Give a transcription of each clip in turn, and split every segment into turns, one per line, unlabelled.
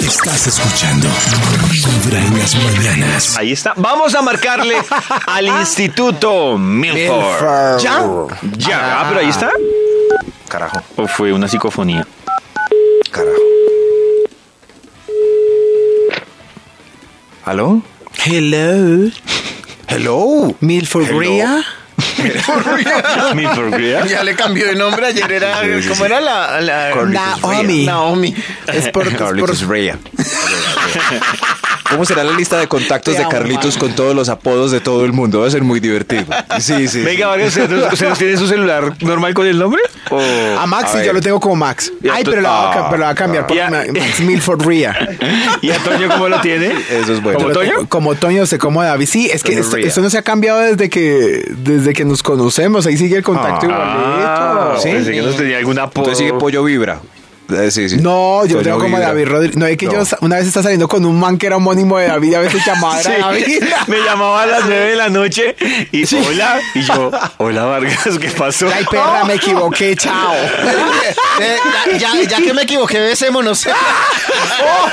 Estás escuchando Vibra en las mañanas.
Ahí está. Vamos a marcarle al Instituto
Ah,
Milford.
Milford.
¿Ya? Ya. Ah, pero ahí está. Carajo. O fue una psicofonía. Carajo. ¿Aló?
Hello,
Hello.
Milford Ria.
Milford, ¿ya?
Ya le cambió de nombre ayer era cómo era la, la-
Carlitos Naomi. Rea.
Naomi.
Es por, es por-
Carlitos Rea. ¿Cómo será la lista de contactos
Te
de
amo,
Carlitos con todos los apodos de todo el mundo? Va a ser muy divertido. Sí, sí.
Venga, Vargas, ¿usted nos- ¿usted nos tiene su celular normal con el nombre? O-
a Maxi yo lo tengo como Max.
Ya
Ay,
tú-
pero la va a,
Ah,
ca- pero la va a cambiar por
ya.
Ma- Max Milford Ria.
¿Y a Toño cómo lo tiene?
Eso es bueno.
¿Como
Pero
Toño?
te- Como Toño, sé como David. Sí, es que
Toño
esto,
Ria.
esto no se ha cambiado desde que desde que nos conocemos. Ahí sigue el contacto
Ah,
igualito.
pensé que no tenía algún apodo.
Entonces sigue Pollo Vibra. Eh, sí, sí.
No, yo
Toño
tengo como
Vibra.
David Rodríguez. No es que
No. Ah,
yo Ah, sa- una vez estaba saliendo con un man que era homónimo de David, a veces llamaba era
Sí,
David.
me llamaba a las 9 de la noche y hola, y yo, hola Vargas, ¿qué pasó?
Ay, perra, me equivoqué, chao.
Eh, ya, ya- ya que me equivoqué, besémonos.
Oh,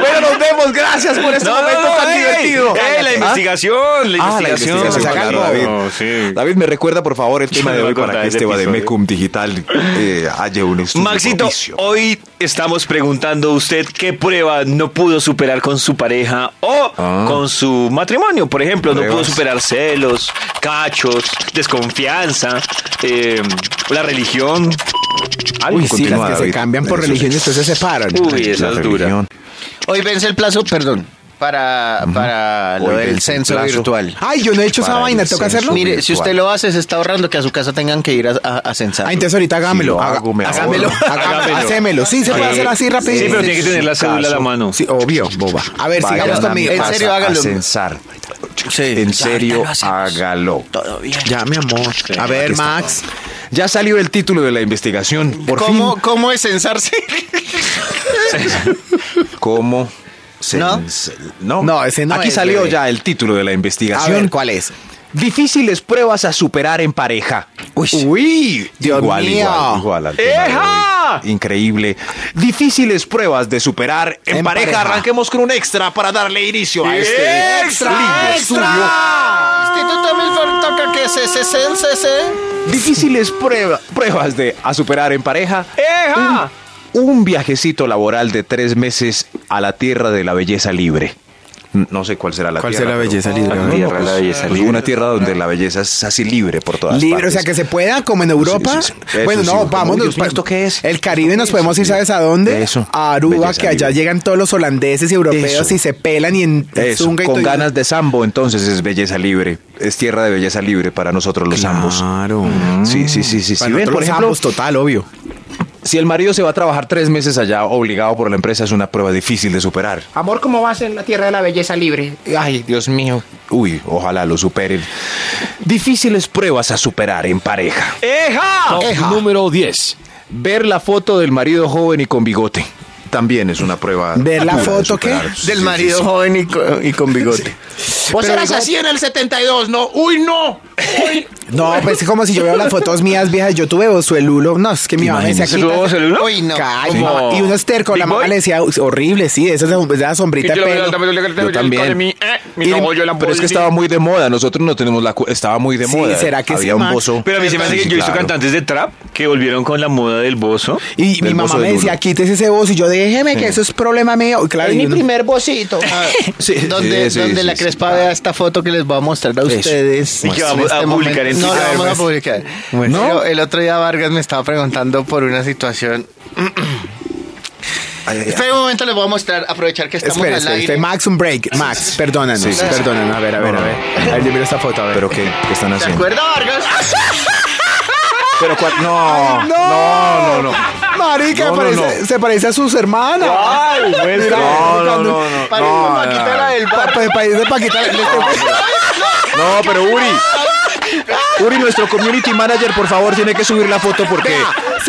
Bueno, nos vemos. Gracias por este momento tan
ey,
divertido.
ey,
Ah,
la investigación, la
Ah, la
investigación.
investigación,
se
claro,
haga
David.
No, sí.
David, me recuerda, por favor, el tema
me
de
voy
hoy
a
para
acordar
que
de
este
episodio.
Bademecum Digital eh, haya un estudio
Maxito,
propicio.
hoy estamos preguntando usted qué prueba no pudo superar con su pareja o
Ah.
con su matrimonio. Por ejemplo, no pudo
Pruebas.
superar celos, cachos, desconfianza, eh, la religión. Algo
Uy, sí, las
continúa,
que se
David.
cambian por
Eso.
religión y después se separan.
Uy,
La
esa es dura.
religión.
Hoy vence el plazo, perdón, para, para lo
Hoy
del
vence el
censo
plazo. Ah,
virtual.
Ay, yo no he hecho esa
Para
vaina,
el
¿tengo que
censo.
hacerlo?
Mire, si
virtual.
usted lo hace, se está ahorrando que a su casa tengan que ir a, a- a censar.
Ah, entonces ahorita hagámelo.
lo
haga-
hago, me
hagámelo.
ahorro.
haga-
Hagámelo.
Hacémelo. Sí, se puede hacer así rápido.
Sí, pero tiene que tener la cédula a la mano.
Sí, obvio, boba. A ver,
Vayan
sigamos
a mi
conmigo.
En
casa
serio,
a
hágalo.
censar.
Sí.
En serio,
Ya, ya lo hacemos.
hágalo.
Todo bien.
Ya, mi amor. A ver, Max.
Ya salió el título de la investigación. Por
¿Cómo,
fin.
¿Cómo es censarse?
¿Cómo?
¿No?
cens- No.
No, ese no
Aquí
es,
salió
bebé.
ya el título de la
A
investigación.
ver, ¿cuál es?
Difíciles pruebas a superar en pareja.
Uy. Dios
igual,
mío.
igual, igual al tema de
¡Eja!
hoy. Increíble. Difíciles pruebas de superar en,
En
pareja.
pareja.
Arranquemos con un extra para darle inicio a este
¡Extra,
lindo estudio.
Instituto Milford toca que se se censese.
Difíciles prueba- pruebas de a superar en pareja.
¡Eja!
Un viajecito laboral de tres meses a la tierra de la belleza libre. N- No sé cuál será la
¿Cuál
tierra.
será la
pero-
belleza libre?
Ah,
No,
tierra,
pues,
la belleza
pues,
libre. Una tierra donde la belleza es así libre por todas
Libre, o
partes.
sea, que se pueda, como en Europa.
Sí, sí, sí. Eso
Bueno,
sí,
no,
como,
vámonos.
Dios mío, ¿esto qué es?
El Caribe nos
¿Esto qué
podemos ir,
es?
¿sabes a dónde?
Eso.
A Aruba,
Belleza
que allá
libre.
llegan todos los holandeses y europeos
Eso.
y se pelan y en
Eso,
zunga y
con
todo.
ganas de sambo, entonces es belleza libre. Es tierra de belleza libre para nosotros los zambos.
Claro. Mm.
Sí, sí, sí, sí.
Para
Si ven,
nosotros
por
los
ejemplo,
ambos, total, obvio.
si el marido se va a trabajar tres meses allá obligado por la empresa, es una prueba difícil de superar.
Amor, ¿cómo vas en la tierra de la belleza libre?
Ay, Dios mío. Uy, ojalá lo superen. Difíciles pruebas a superar en pareja.
Eh,
Ah,
¡Eja!
Número 10.
Ver la foto del marido joven y con bigote. También es una prueba.
¿Ver la
dura de
foto qué?
superar.
Del
Sí,
marido
sí, sí.
joven y con, y con bigote.
Vos
Pero
eras
digo-
así en el 72, ¿no? ¡Uy, no! Uy.
No, pues es como si yo veo las fotos mías viejas, yo tuve bozuelulo. No, es que mi mamá me decía
Imagínese.
que.
¿Luego celular?
Uy, no.
Ay,
Como-
mamá, Y uno es terco, la
Big
mamá
Boy.
le decía, "Uy, horrible, sí, esa, es esa sombrita de pelo.
Yo también.
Mi novio, yo la
Pero es que estaba muy de moda. Nosotros no tenemos la. cu- Estaba muy de
Sí,
moda.
¿será que sí,
Había un
Max?
bozo.
Pero a mí se me hace
Sí,
que
sí,
yo he visto
claro.
cantantes de trap que volvieron con la moda del bozo.
Y mi
Del
mamá
bozo
me
del
decía,
uno.
quítese ese voz. Y yo, déjeme que eso es problema mío. Y Claro,
Es
y
mi
uno-
primer bocito.
Ah, Sí, sí,
donde
sí,
donde
sí,
la
sí, Ah.
Crespa
claro.
vea esta foto que les voy a mostrar a ustedes.
Y que vamos a publicar en
este No,
Twitter.
la vamos a publicar.
Bueno.
Pero el otro día Vargas me estaba preguntando por una situación.
Ay, ay, ay.
Espera un momento, les voy a mostrar, aprovechar que estamos
Espera,
al
espera,
aire.
espera, Max, un break. Max, perdónanos,
Sí, sí, sí.
perdónanos. A ver, a ver, a ver. A ver, yo miro esta foto, a ver.
Pero qué, qué están
¿Se
haciendo.
acuerda, Vargas?
Pero cuál- no, no, no, no.
Marica,
No, no,
parece-
no.
se parece a sus hermanas. Ah,
¡Ay,
Mira,
No, no,
cuando-
no, no.
Parece
no,
una maquita la del
Pa-
bar.
pa- Parece Paquita. le-
No, pero Uri. Uri, nuestro community manager, por favor, tiene que subir la foto porque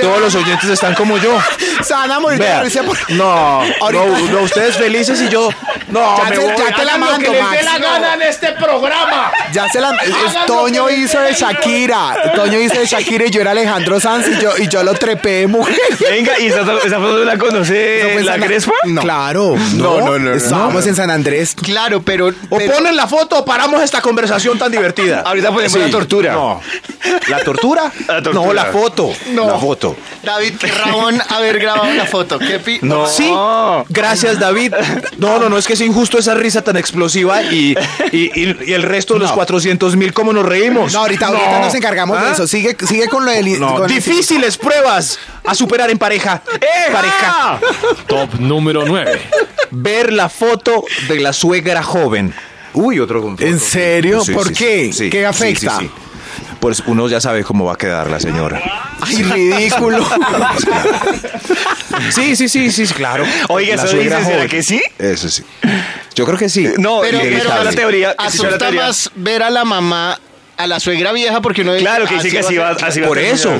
todos los oyentes están como yo.
Se van a morir de
Vea,
risa por-
no, no, no, ustedes felices y yo. No,
Ya
me
se-
voy.
ya te la
Hagan lo
mando,
que les dé
Max.
la gana en este programa.
Ya se la. es- es-
Hagan lo
Toño
que les
hizo
dé
de
la gana.
Shakira. Toño hizo de Shakira y yo era Alejandro Sanz y yo, y yo lo trepé de mujer.
Venga, ¿y esa, esa foto la conoce
¿No fue en
la
San-
Crespa?
No. Claro. No, no, no. Estábamos en San Andrés.
Claro, pero.
O
pero-
ponen la foto o paramos esta conversación tan divertida.
Ahorita ponemos la tortura.
No. ¿La tortura?
La tortura.
No, la foto.
No.
La foto.
David, qué rabón haber grabado la foto. Qué pi-
No. Sí. Gracias, David. No, no, no, es que es injusto esa risa tan explosiva y, y- y- y el resto de los 400 mil, ¿cómo nos reímos?
No, ahorita, ahorita nos encargamos
¿Ah?
de eso. Sigue, sigue con lo del.
No.
con-
Difíciles pruebas a superar en pareja. Pareja.
Top número 9.
Ver la foto de la suegra joven. Uy, otro conflicto.
¿En serio? ¿Por qué? ¿Qué afecta?
Pues uno ya sabe cómo va a quedar la señora.
Ay, ridículo.
Sí, sí, sí, sí, claro.
Oiga,
La
eso
suegra
dice, ¿será
joven.
que sí?
Eso sí. Yo creo que sí.
No,
Pero,
y-
pero
está la teoría. está la
asusta
teoría.
más ver a la mamá, a la suegra vieja, porque uno dice,
Claro que sí que así va,
a ser.
así va a
Por
terminar.
eso.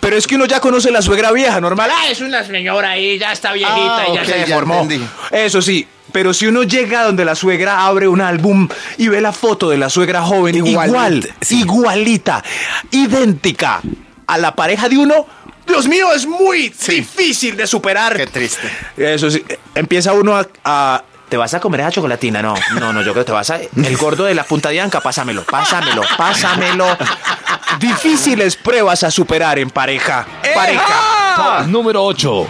Pero es que uno ya conoce la suegra vieja, normal.
Ah, es una señora ahí, ya está viejita
Ah,
y ya
ok,
se
ya
deformó.
entendí.
Eso sí, pero si uno llega donde la suegra abre un álbum y ve la foto de la suegra joven igual,
Igualita,
igualita, idéntica a la pareja de uno, Dios mío, es muy difícil de superar.
Qué triste.
Eso sí, eh, empieza uno a... a- te vas a comer esa chocolatina, no, no, no, yo creo que te vas a... El gordo de la punta de anca, pásamelo, pásamelo, pásamelo. Difíciles pruebas a superar en pareja. Pareja
Top número 8.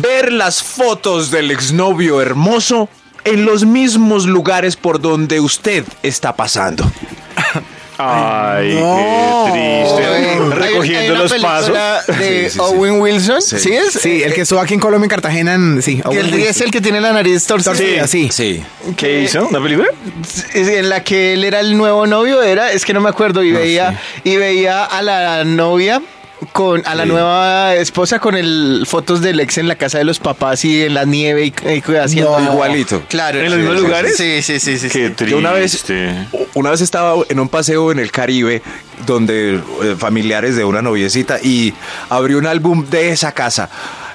ver las fotos del exnovio hermoso en los mismos lugares por donde usted está pasando.
Ay,
No.
qué
Hay- hay
triste.
una
Recogiendo los pasos.
película de
Sí, sí, sí.
Owen Wilson. Sí, es.
Sí, el que estuvo aquí en Colombia, en Cartagena. en- Sí,
Que el es el que tiene la nariz torcida.
Torcida, sí.
Sí.
¿Qué hizo? ¿Una película?
Es En la que él era el nuevo novio, era, es que no me acuerdo, y veía, y veía a la novia con a la nueva esposa con el fotos del ex en la casa de los papás y en la nieve y, y haciendo
No.
Igualito.
Claro.
¿En los mismos
Sí,
lugares?
Sí, sí, sí, sí. sí.
Qué triste.
Yo una vez, una vez estaba en un paseo en el Caribe donde eh, familiares de una noviecita y abrí un álbum de esa casa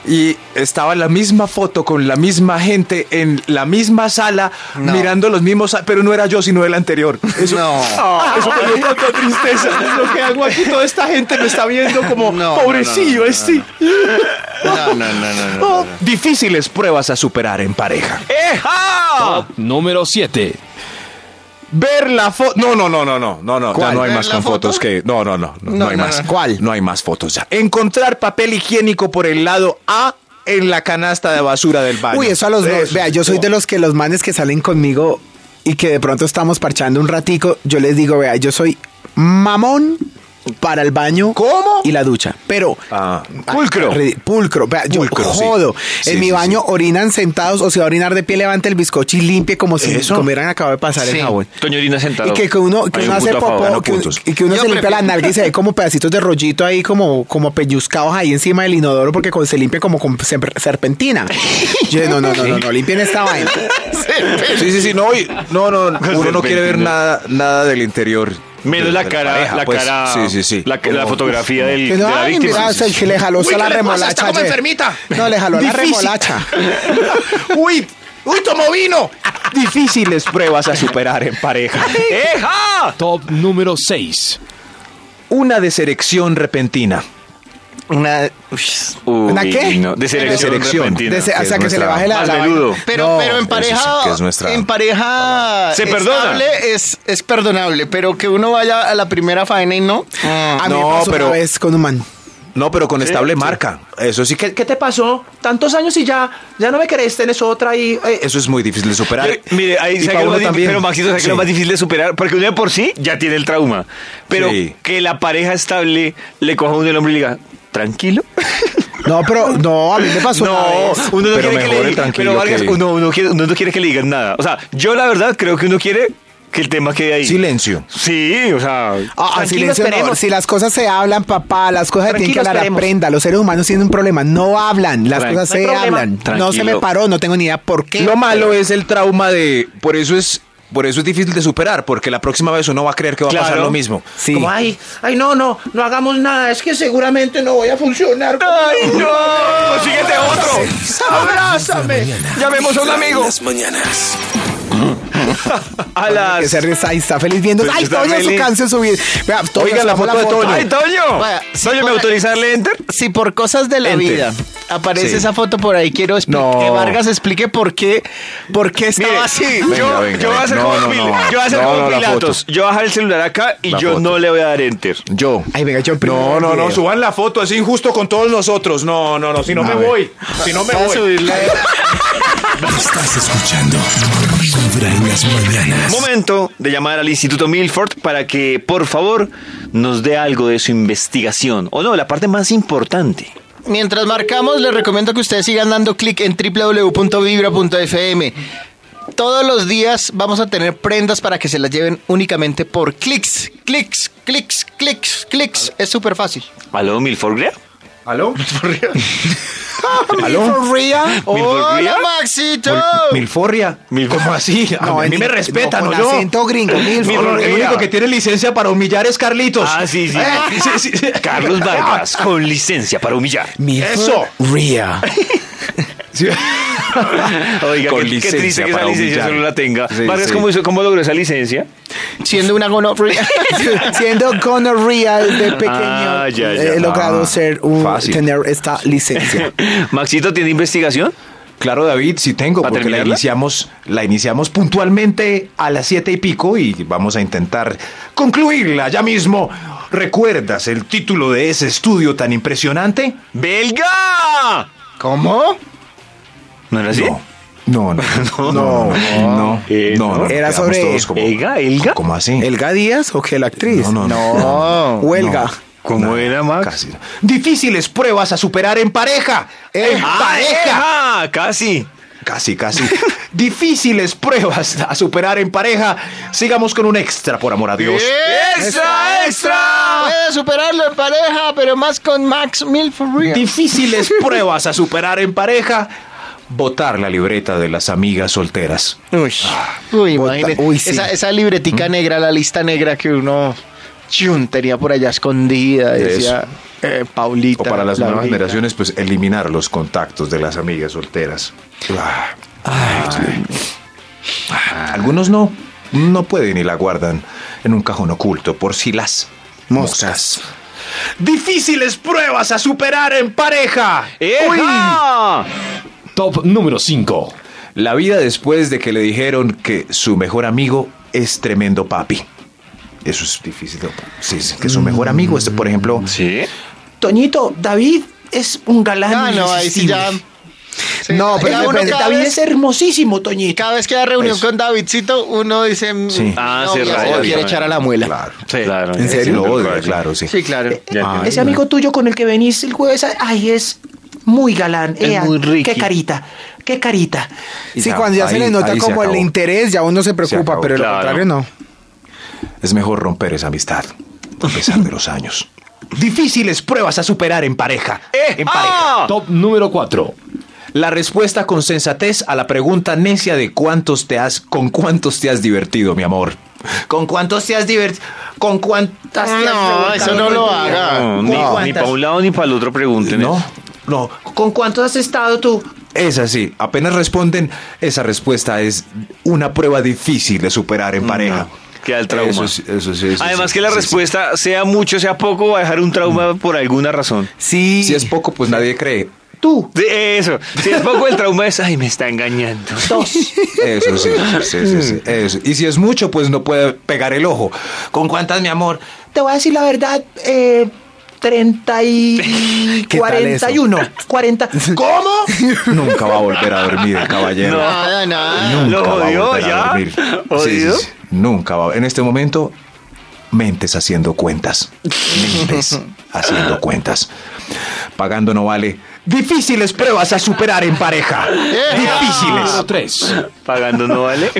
y estaba la misma foto con la misma gente en la misma sala mirando los mismos, pero no era yo sino el anterior. Eso,
No.
Ah, eso me dio tanta tristeza. Lo que hago aquí toda esta gente me está viendo como
No,
pobrecillo
no, no, no,
este.
No, no, no, no, no.
Oh, difíciles pruebas a superar en pareja.
Top número 7.
Ver la foto. No, no, no, no, no, no, no. Ya
¿Cuál?
no hay
¿Ver
más
la
con
foto?
fotos que. No, no, no, no, no
No,
hay
no,
más.
no.
¿Cuál? No hay más fotos ya. Encontrar papel higiénico por el lado A en la canasta de basura del baño.
Uy, eso a los dos. Vea, yo soy de los que los manes que salen conmigo y que de pronto estamos parchando un ratico, yo les digo, vea, yo soy mamón para el baño
¿Cómo?
y la ducha. Pero
Ah,
Ah,
pulcro.
ridi- Pulcro. Vea, yo
Pulcro, sí.
jodo.
Sí,
en mi
sí,
baño orinan sentados o si va a orinar de pie, levante el bizcocho y limpie como si
Eso.
comieran acabado de pasar
Sí.
el jabón.
Toño Orina sentado.
Y que, que uno, que
Hay
uno
un
hace
punto a favor,
popó
ganó
que-
puntos.
y que uno
Yo
se limpia la
prefiero-
nalga y se ve como pedacitos de rollito ahí como, como pellizcados ahí encima del inodoro porque con- se limpia como con ser- serpentina. Yo dije, no, no, no, no, no, limpien esta vaina.
Sí, sí, sí, no, y- no, no, uno no quiere ver nada, nada del interior.
Menos
de-
la
de
cara,
pareja,
la
pues.
cara.
Sí, sí, sí.
La, la
Como-
fotografía del,
Que
de
no,
la
ay,
víctima.
mira, o sea, que le jaló
Uy,
la
¿qué le pasa?
remolacha.
Está como
ayer.
enfermita.
No, le jaló la
Difícil.
remolacha.
Uy, uy, tomó vino. Difíciles pruebas a superar en pareja.
Top número 6.
Una deserección repentina.
Una- uy.
Uy,
¿Una qué?
no, De selección.
Deserección.
repentina.
De ese-
que
hasta
es
que se le
nuestra-
baje la.
Más
la vaina.
veludo.
Pero,
No,
pero en
eso
pareja,
sí que es nuestra-
en pareja
Se perdona.
estable es, es perdonable, pero que uno vaya a la primera faena y no.
A mí
No,
me pasó
pero-
una vez con un man.
No, pero con estable marca. Eso sí. ¿Qué, ¿Qué te pasó? Tantos años y ya, ya no me querés, tenés otra y... eh, eso es muy difícil de superar.
Pero, mire, ahí
Y
¿sabe
pa'
que lo
uno
más dif-
también.
Pero Maxito, ¿sabe que
Sí.
lo más difícil de superar? Porque uno de por sí ya tiene el trauma. Pero
Sí.
que la pareja estable le coja a uno el hombre y le diga, tranquilo.
No, pero no, a mí me pasó una
No,
vez.
uno no
Pero
quiere que
mejor
le
el
digan.
tranquilo
Pero Vargas,
que-
uno, uno quiere- uno no quiere que le digan nada. O sea, yo la verdad creo que uno quiere que el tema quede ahí.
Silencio.
Sí, o sea.
Ah, ah,
Tranquilo,
silencio, no.
esperemos.
Si las cosas se hablan, papá, las cosas se tienen que
Tranquilo,
hablar,
esperemos.
aprenda. Los seres humanos tienen un problema, no hablan, las
Tran-
cosas
no hay
se
problema.
hablan. No
Tranquilo.
se me paró, no tengo ni idea por qué.
Lo malo es el trauma de... Por eso es Por eso es difícil de superar, porque la próxima vez uno va a creer que va a pasar
Claro.
lo mismo.
Sí.
Como, ay, ay, no, no, no hagamos nada. Es que seguramente no voy a funcionar. ¡Ay,
¡Consíguete otro!
¡Abrázame!
¡Llamemos a un
En
amigo!
las mañanas.
A
Que
las...
se ríe, ahí está feliz viendo.
Pues
Ay,
está
Toño, su
feliz.
canción subir. Vea, Toño,
Oiga la
subamos
foto de Toño.
Ay,
Toño!
Vaya, sí,
Toño, ¿me
vaya.
autorizarle enter?
Si por cosas de la
Enter.
vida aparece
Sí.
esa foto por ahí, quiero expli-
No.
que Vargas explique por qué, por qué estaba
Mire,
así.
venga,
yo,
venga,
yo voy a
venga.
hacer
No,
como,
no,
Pil-
no.
yo voy a hacer
No,
como
no, la
Pilatos. Yo voy a bajar el celular acá y
La
yo
foto.
no le voy a dar enter.
Yo.
Ay, venga, yo primero
No,
el
no, no,
video.
suban la foto, es injusto con todos nosotros. No, no, no, si no me
ver.
voy. Si no me voy.
Estás escuchando Vibra en las mañanas.
Momento de llamar al Instituto Milford para que, por favor, nos dé algo de su investigación. O no, la parte más importante.
Mientras marcamos, les recomiendo que ustedes sigan dando clic en www.vibra.fm. Todos los días vamos a tener prendas para que se las lleven únicamente por clics, clics, clics, clics, clics. Es súper fácil.
¿Aló, Milford Greer?
¿Aló?
¿Aló?
¿Milford Greer?
¡Hola, Maxito!
Milforria. ¿Cómo así? A
No,
mí
en-
me respetan,
no,
¿no?
con
yo?
acento gringo, Milford.
Mi- El único que tiene licencia para humillar es Carlitos.
Ah, sí, sí.
Eh, sí, sí, sí. Ah,
Carlos Vargas, con licencia para humillar.
Eso.
Ria.
Sí.
Oiga,
Con
qué- qué,
licencia
triste que esa
para
licencia
humillar.
solo la tenga.
Sí,
Vargas,
sí.
¿cómo, hizo- ¿cómo logró esa licencia?
Siendo una gonorrea.
Siendo gonorrea de pequeño, eh,
Ah, ya, ya.
he logrado ser un,
Fácil.
tener esta licencia.
¿Maxito tiene investigación?
Claro, David, sí tengo,
¿Para
porque la
terminarla?
iniciamos, la iniciamos puntualmente a las siete y pico y vamos a intentar concluirla ya mismo. ¿Recuerdas el título de ese estudio tan impresionante?
¡Belga!
¿Cómo?
¿No era así?
No. No, no, no, no, no,
Eh,
no, no,
Era
quedamos
sobre
todos como-
¿Elga? ¿Elga?
¿Cómo así?
¿Elga Díaz o qué la actriz?
No, no, no.
No.
Huelga.
¿Cómo
No,
era, Max?
casi no. Difíciles pruebas a superar en pareja. En
¡Ah,
pareja.
eja! ¡Casi!
Casi, casi. Difíciles pruebas a superar en pareja. Sigamos con un extra, por amor a Dios.
¡Extra, extra!
Puede superarlo en pareja, pero más con Max Milforrea.
Difíciles pruebas a superar en pareja. Votar la libreta de las amigas solteras.
Uy, uy,
Bota-
imagínate.
uy, sí.
esa, esa libretica negra, la lista negra que uno chun, tenía por allá escondida,
Eso.
decía eh, Paulita.
O para las
Laurita.
nuevas generaciones, pues eliminar los contactos de las amigas solteras. Ah. Ah. Algunos no, no pueden y la guardan en un cajón oculto por si las moscas. Difíciles pruebas a superar en pareja.
¡Eja!
Top número 5.
La vida después de que le dijeron que su mejor amigo es tremendo papi. Eso es difícil. ¿no? Sí, sí, que su mejor amigo es, por ejemplo,
¿Sí?
Toñito, David es un galán.
Ah, no, ahí sí ya. sí,
No, pero
ya uno
depende.
cada, vez,
hermosísimo, Toñito.
cada vez que da reunión
Eso.
con Davidcito, uno dice. mm,
Sí.
Ah,
no,
se
ya
raya,
lo
ya
quiere
raya.
echar a la muela.
Claro.
Sí. Claro.
¿En serio?
Lo odia, claro, sí.
Sí, claro.
Eh, Ya.
Ese amigo tuyo con el que venís el jueves, ay, es muy galán.
Es
Ea,
muy
Qué
Ricky.
carita, qué carita.
Y
Sí, cuando ya se
ahí-
le nota
ahí se
como el
acabó.
interés, ya uno se preocupa,
acabó,
pero
claro.
lo contrario no.
Es mejor romper esa amistad, a pesar de los años. ¡Eh! Difíciles pruebas a superar en pareja. En pareja.
Top número 4.
La respuesta con sensatez a la pregunta necia de cuántos te has, con cuántos te has divertido, mi amor. ¿Con cuántos te has divertido? ¿Con cuántas te has
No, eso no lo haga.
No, ni, para un lado ni para el otro pregunten. ¿eh?
No, no.
¿Con cuánto has estado tú?
Es así. Apenas responden, esa respuesta es una prueba difícil de superar en pareja.
Queda el trauma.
Eso sí, eso sí, eso
Además
sí,
que la
sí, sí.
respuesta, sea mucho, sea poco, va a dejar un trauma por alguna razón.
Sí.
Si es poco, pues nadie cree.
Tú,
Sí, eso. Si es poco, el trauma es, ay, me está engañando.
dos.
Eso sí, sí, sí, sí, eso. Y si es mucho, pues no puede pegar el ojo. ¿Con cuántas, mi amor?
Te voy a decir la verdad, eh, 30 y
¿Qué tal eso?
41, 40.
¿Cómo? Nunca va a volver a dormir el caballero.
Nada, nada.
Nunca
Lo
va a
odió,
volver a
ya.
dormir. Sí, sí,
Odió.
sí. Nunca va. En este momento, mentes haciendo cuentas. Mentes haciendo cuentas. Pagando no vale. Difíciles pruebas a superar en pareja.
Número
Difíciles.
3.
Pagando no vale.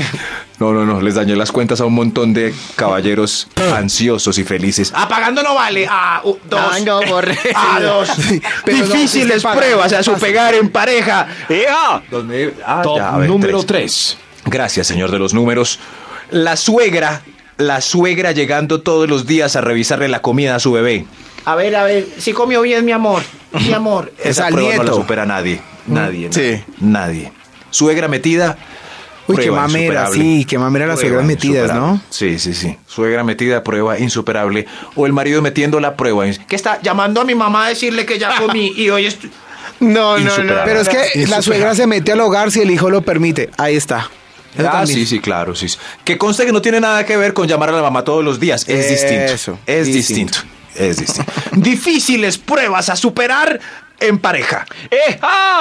No, no, no. Les dañé las cuentas a un montón de caballeros ansiosos y felices. Ah, pagando no vale. Ah, u- dos.
Ah, no, borré.
Ah, dos.
Pero no, es que
Difíciles
pagan.
pruebas a superar en pareja.
¡Eja!
Donde- ah,
Top
ya, a ver,
número
tres.
3.
Gracias, señor de los números. La suegra, la suegra llegando todos los días a revisarle la comida a su bebé.
A ver, a ver, si comió bien, mi amor. Mi amor.
Es
Esa
al
prueba no la
nieto. Mm.
supera nadie. Nadie.
Sí.
Nadie. Suegra metida.
Uy,
prueba
qué mamera,
insuperable.
sí, qué mamera las
Prueba
suegras metidas,
insuperable.
¿no?
Sí, sí, sí. Suegra metida, prueba insuperable. O el marido metiendo la prueba. ins-
Que está llamando a mi mamá a decirle que ya comí y hoy estoy...
No, no, no.
Insuperable.
Pero es que la suegra se mete al hogar si el hijo lo permite. Ahí está. Eso
Ah,
también.
sí, sí, claro, sí. sí. Que conste que no tiene nada que ver con llamar a la mamá todos los días. Es distinto.
Eso,
Es distinto.
distinto.
Es distinto. Difíciles pruebas a superar en pareja.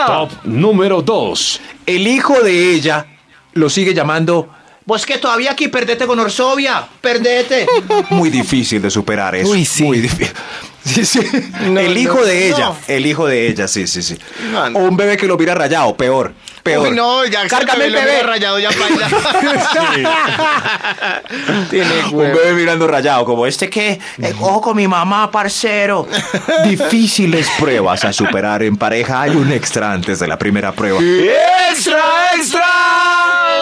Top número 2.
El hijo de ella lo sigue llamando
Vos que todavía aquí perdete con Orsovia, perdete.
muy difícil de superar eso.
Uy, sí.
Muy difícil. Sí, sí.
No,
el hijo
no,
de
no.
ella. El hijo de ella, sí, sí, sí.
No, no.
O un bebé que lo mira rayado, peor. Peor.
Uy, no, ya
Cárgame el
lo
bebé.
mira rayado ya baila. Tiene
Un bebé mirando rayado, como este que.
Eh, ojo con mi mamá, parcero.
Difíciles pruebas a superar en pareja. Hay un extra antes de la primera prueba.
¡Extra, extra!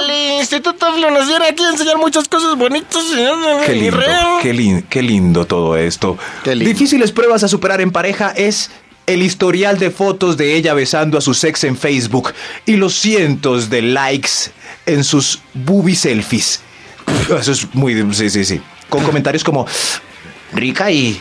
El Instituto Flow nos viene aquí a enseñar muchas cosas bonitas.
Qué lindo, qué, lin- qué lindo todo esto.
Qué lindo.
Difíciles pruebas a superar en pareja es el historial de fotos de ella besando a su sex en Facebook y los cientos de likes en sus boobie selfies. Eso es muy... Sí, sí, sí. Con comentarios como...
Rica y...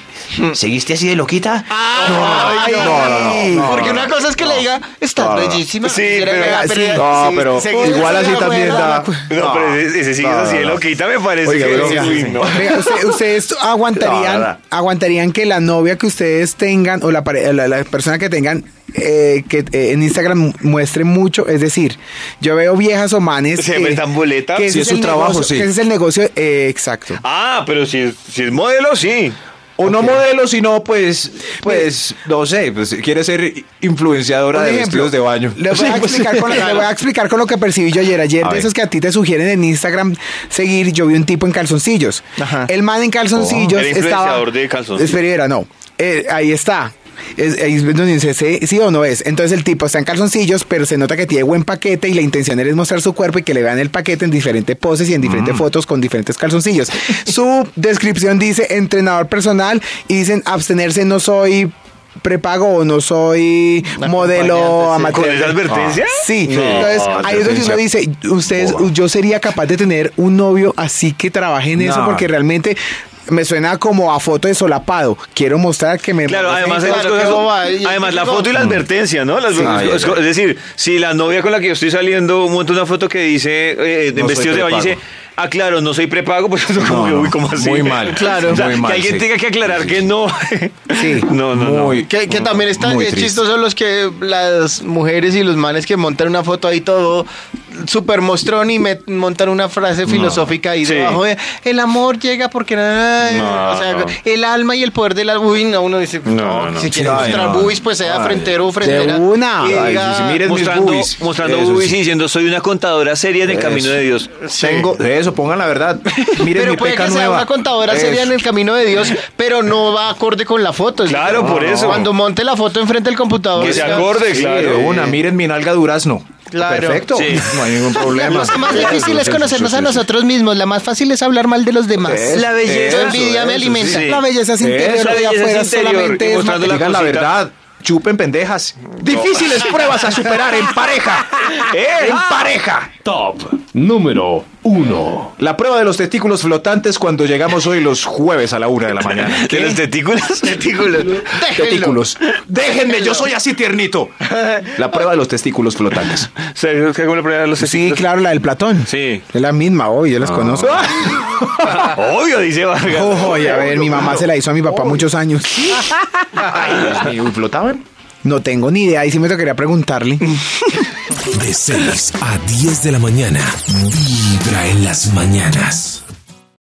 ¿Seguiste así de loquita?
Ay, no, no, no, Porque una cosa es que le diga, estás bellísima.
Sí,
Quisiera
pero-
pegar,
sí,
ah, No,
Ah, sí,
pero
se-
igual
se
así
la
también
juega.
da...
No, pero ese, ese sigue
no,
así de
no.
loquita, me parece.
Oiga,
que
pero-
es- uy, no.
Venga, usted- ustedes aguantarían,
No, no, no.
aguantarían que la novia que ustedes tengan o la, pare- la, la persona que tengan eh, que eh, en Instagram mu- muestre mucho, es decir, yo veo viejas o manes
Se
que-
inventan boleta.
que ese
Si
es su
el
trabajo,
negocio-
sí.
que ese es el negocio eh, exacto.
Ah, pero si es, si es modelo, sí.
O no modelo, sino pues, pues, no sé, pues, quiere ser influenciadora
Un
de
ejemplo,
vestidos de baño.
Le voy, a
Sí, pues,
explicar con, le voy a explicar con lo que percibí yo ayer. Ayer,
A
de
ver.
esos que a ti te sugieren en Instagram seguir, yo vi un tipo en calzoncillos.
Ajá.
El man en calzoncillos
Oh. Era
estaba.
influenciador de calzoncillos.
Espera, era, no. Eh, ahí está. Es, ahí es donde dice sí, sí o no es. Entonces el tipo está en calzoncillos, pero se nota que tiene buen paquete y la intención era es mostrar su cuerpo y que le vean el paquete en diferentes poses y en diferentes fotos con diferentes calzoncillos. su descripción dice entrenador personal y dicen abstenerse no soy prepago o no soy modelo
acompañante, sí.
amateur.
¿Con esa advertencia?
Sí,
No,
entonces ahí es donde uno dice, ustedes,
boba.
yo sería capaz de tener un novio así que trabaje en eso
No.
porque realmente me suena como a foto de solapado. Quiero mostrar que me...
Claro, además,
claro,
esas
qué
cosas son-
boba, y-
además
y-
la foto y la advertencia, ¿no? Las-
Sí, ay,
es,
ay, ay.
es decir, si la novia con la que yo estoy saliendo monta una foto que dice, eh, en
No soy
vestidos de baño, dice,
prepago.
ah, claro, no soy prepago, pues eso como
No,
que,
no,
uy, ¿cómo así?
muy mal,
O sea,
muy mal,
Que alguien
sí.
tenga que aclarar
Sí, sí,
que no.
Sí.
No, no, no.
Muy-
Que, que también está
Muy
eh,
triste.
chistoso los que las mujeres y los manes que montan una foto ahí todo super mostrón y me- montan una frase filosófica ahí
Sí.
debajo de, el amor llega porque ay,
No,
o sea,
no.
el alma y el poder del alma uy no uno dice
No,
no,
no.
si quieres
Ay,
mostrar
no.
boobies pues sea
Ay.
frentero o frentera
De una.
que
Ay,
diga,
sí, sí, miren mis
mostrando
boobies.
mostrando
Eso
boobies
sí.
y diciendo, soy una contadora seria en el
Eso.
camino de Dios.
Tengo eso, pongan la verdad. Miren
pero
mi
puede
peca
que sea
nueva.
una contadora
Eso.
seria en el camino de Dios pero no va acorde con la foto es
Claro,
decir,
por eso.
cuando monte la foto enfrente del computador
Que se
diga,
acorde,
Sí,
claro.
de una, miren mi nalga durazno.
Claro.
Perfecto.
Sí.
No hay ningún problema.
Lo más difícil es
Sí, sí,
conocernos
sí,
a
sí, sí.
nosotros mismos. La más fácil es hablar mal de los demás.
Eso,
la belleza.
eso,
envidia me
eso,
alimenta.
sí.
La belleza es interior,
Eso,
la
belleza es
afuera
interior, y
solamente es...
mostrando-
ma-
la
Digan la
cosita.
verdad. Chupen pendejas. Difíciles pruebas a superar en pareja. En
Ah.
pareja.
Top número 1.
La prueba de los testículos flotantes cuando llegamos hoy los jueves a la una de la mañana.
¿De los testículos? Testículos.
Testículos. Déjenme, yo soy así tiernito. La prueba de los testículos flotantes.
¿Sabes qué hago la prueba de los
Sí,
testículos?
claro, la del Platón.
Sí.
Es la misma, hoy yo las conozco.
Obvio, dice Vargas.
Ojo, y a ver, mi mamá se la hizo a mi papá muchos años.
¿Y flotaban?
No tengo ni idea, y sí me tocaría preguntarle.
De 6 a 10 de la mañana. Vibra en las mañanas.